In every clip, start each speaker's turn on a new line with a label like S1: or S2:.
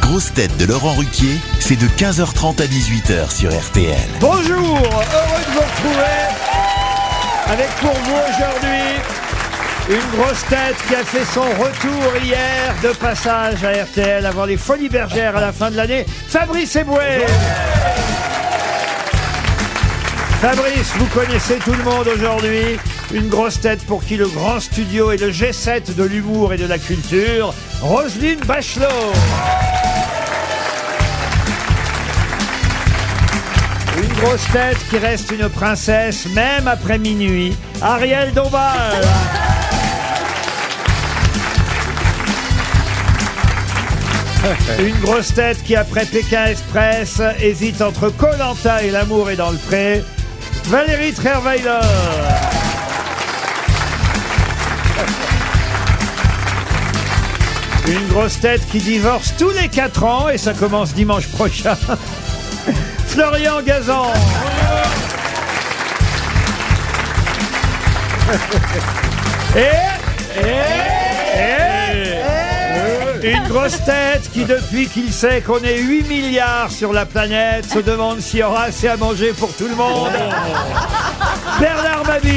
S1: grosses têtes de Laurent Ruquier, c'est de 15h30 à 18h sur RTL.
S2: Bonjour, heureux de vous retrouver avec pour vous aujourd'hui une grosse tête qui a fait son retour hier de passage à RTL avant les Folies Bergères à la fin de l'année, Fabrice Eboué. Fabrice, vous connaissez tout le monde aujourd'hui. Une grosse tête pour qui le grand studio est le G7 de l'humour et de la culture, Roselyne Bachelot. Une grosse tête qui reste une princesse même après minuit, Ariel Dombal. Une grosse tête qui, après Pékin Express, hésite entre Colanta et l'amour est dans le pré. Valérie Trierweiler. Une grosse tête qui divorce tous les 4 ans et ça commence dimanche prochain. Florian Gazan. Et- et- et- une grosse tête qui, depuis qu'il sait qu'on est 8 milliards sur la planète, se demande s'il y aura assez à manger pour tout le monde. Bernard Mabille.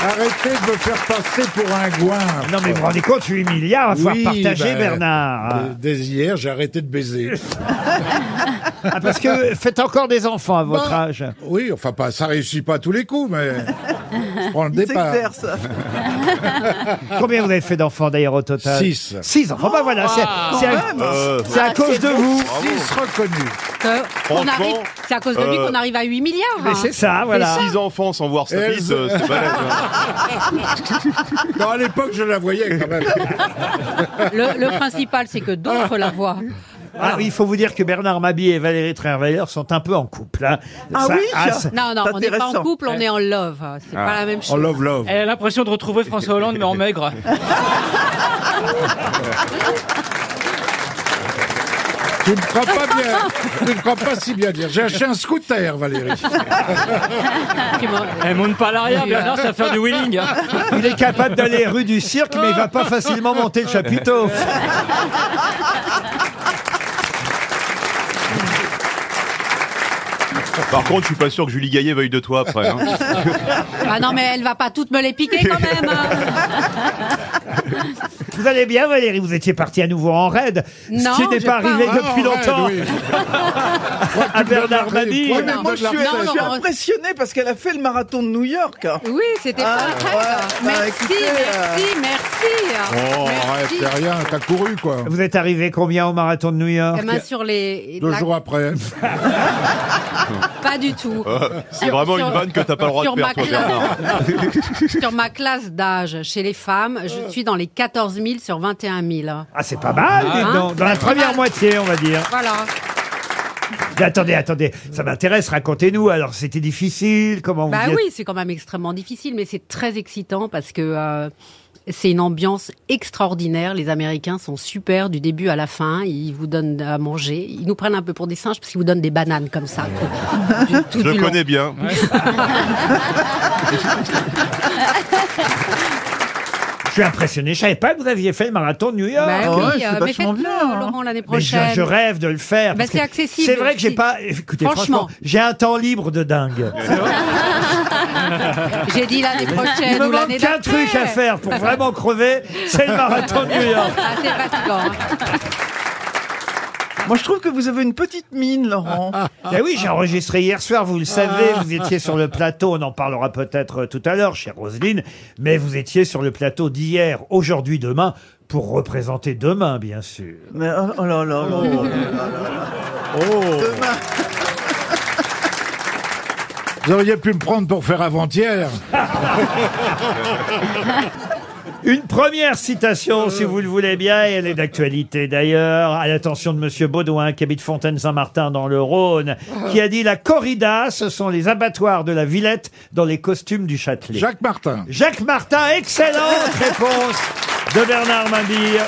S3: Arrêtez de me faire passer pour un goin.
S2: Non mais vous vous rendez compte, 8 milliards à pouvoir
S3: Oui,
S2: partager,
S3: ben,
S2: Bernard.
S3: d- Dès hier, j'ai arrêté de baiser.
S2: Ah, parce que faites encore des enfants à votre
S3: Bah.
S2: âge.
S3: Oui, enfin, pas, ça réussit pas à tous les coups, mais je prends le départ.
S2: Combien vous avez fait d'enfants d'ailleurs au total
S3: Six.
S2: 6 enfants. Bah voilà, c'est c'est à,
S4: Euh,
S2: c'est
S5: Ah,
S2: à cause de vous.
S3: Six reconnus.
S5: que on
S4: Franchement,
S5: arrive, c'est à cause de lui
S4: euh,
S5: qu'on arrive à 8 milliards.
S2: Mais
S5: hein.
S2: c'est ça, voilà.
S4: 6 enfants sans voir sa
S3: Elle
S4: bite,
S3: se-
S4: euh, c'est balèze. hein.
S3: Non, à l'époque, je la voyais quand même.
S5: Le, le principal, c'est que d'autres la voient.
S2: Ah oui, il faut vous dire que Bernard Mabie et Valérie Trierweiler sont un peu en couple. hein.
S6: Ah oui,
S2: ça-
S5: Non, non, on n'est pas en
S6: Intéressant.
S5: couple, on est en love. C'est pas la
S4: Ah,
S5: même
S3: En
S5: chose.
S3: Oh, love, love.
S7: Elle a l'impression de retrouver François Hollande, mais en maigre.
S3: Tu ne crois pas bien. Tu ne crois pas si bien dire. J'ai acheté un scooter, Valérie.
S5: Effectivement.
S7: Elle monte pas à l'arrière, Bernard, ça va faire du wheeling. hein.
S2: il est capable d'aller rue du cirque, mais il va pas facilement monter le chapiteau.
S4: Par contre, je suis pas sûr que Julie Gaillet veuille de toi après. hein.
S5: Ah non, mais elle va pas toutes me les piquer quand même. hein.
S2: Vous allez bien, Valérie Vous étiez parti à nouveau en raid.
S5: Non,
S2: ce qui n'est
S5: j'ai
S2: pas
S5: pas-
S2: arrivé
S5: Ah,
S2: depuis
S3: en raid,
S2: longtemps
S3: oui.
S2: à Bernard
S3: raid,
S2: Mabie.
S3: toi,
S5: Non,
S6: Moi, je suis,
S5: Non,
S6: je suis
S3: Ah.
S5: non, on-
S6: impressionné parce qu'elle a fait le marathon de New York.
S5: Oui, c'était pas
S6: Ah,
S5: vrai.
S6: ouais,
S5: ça.
S6: bah,
S5: merci,
S6: écoutez, euh,
S5: merci, merci,
S3: Oh, arrête,
S5: merci.
S3: c'est rien. T'as couru, quoi.
S2: Vous êtes arrivé combien au marathon de New York
S5: La main Eh ben, sur les.
S3: Deux
S5: la-
S3: jours après.
S5: Pas du tout.
S4: Euh, c'est vraiment
S5: Sur-
S4: une vanne que t'as pas le droit de
S5: sur ma
S4: perdre, toi,
S5: classe.
S4: Bernard.
S5: Sur ma classe d'âge, chez les femmes, je suis dans les 14 000 sur 21 000.
S2: Ah, c'est pas mal, dites
S5: Hein
S2: donc. Dans la
S5: C'est pas
S2: première
S5: mal.
S2: moitié, on va dire.
S5: Voilà.
S2: Mais attendez, attendez, ça m'intéresse, racontez-nous. Alors, c'était difficile, comment vous
S5: Bah
S2: y êtes-
S5: oui, c'est quand même extrêmement difficile, mais c'est très excitant parce que euh, c'est une ambiance extraordinaire. Les Américains sont super du début à la fin. Ils vous donnent à manger. Ils nous prennent un peu pour des singes parce qu'ils vous donnent des bananes comme ça. tout- du-
S4: Je
S5: tout du
S4: le
S5: long.
S4: connais bien.
S2: Je suis impressionné, je savais pas que vous aviez fait le marathon de New York.
S5: Bah
S6: Ah
S5: oui,
S6: ouais,
S5: euh,
S6: c'est
S5: mais
S6: vachement
S5: faites-le,
S6: bien, hein.
S5: Laurent, l'année
S2: Mais je,
S5: prochaine.
S2: je rêve de le faire.
S5: Bah,
S2: parce
S5: c'est
S2: que
S5: accessible
S2: C'est vrai que j'ai
S5: aussi.
S2: pas. Écoutez, franchement,
S5: Franchement.
S2: j'ai un temps libre de dingue.
S5: J'ai dit l'année
S2: Il
S5: prochaine
S2: me
S5: ou l'année
S2: manque un
S5: d'après.
S2: truc à faire pour vraiment crever, c'est le marathon de New York.
S5: Ah, c'est fatigant. hein.
S6: Moi, je trouve que vous avez une petite mine, Laurent.
S2: Eh oui, j'ai enregistré hier soir, vous le savez,
S5: Ah.
S2: vous étiez sur le plateau, on en parlera peut-être euh, tout à l'heure, chère Roselyne, mais vous étiez sur le plateau d'hier, aujourd'hui, demain, pour représenter demain, bien sûr.
S6: Mais, oh, oh là là. là là là là.
S3: Vous auriez pu me prendre pour faire avant-hier.
S2: Une première citation, si vous le voulez bien, et elle est d'actualité d'ailleurs, à l'attention de Monsieur Baudouin, qui habite Fontaine-Saint-Martin dans le Rhône, qui a dit La corrida, ce sont les abattoirs de la Villette dans les costumes du Châtelet.
S3: Jacques Martin.
S2: Jacques Martin, excellente réponse de Bernard Mabille.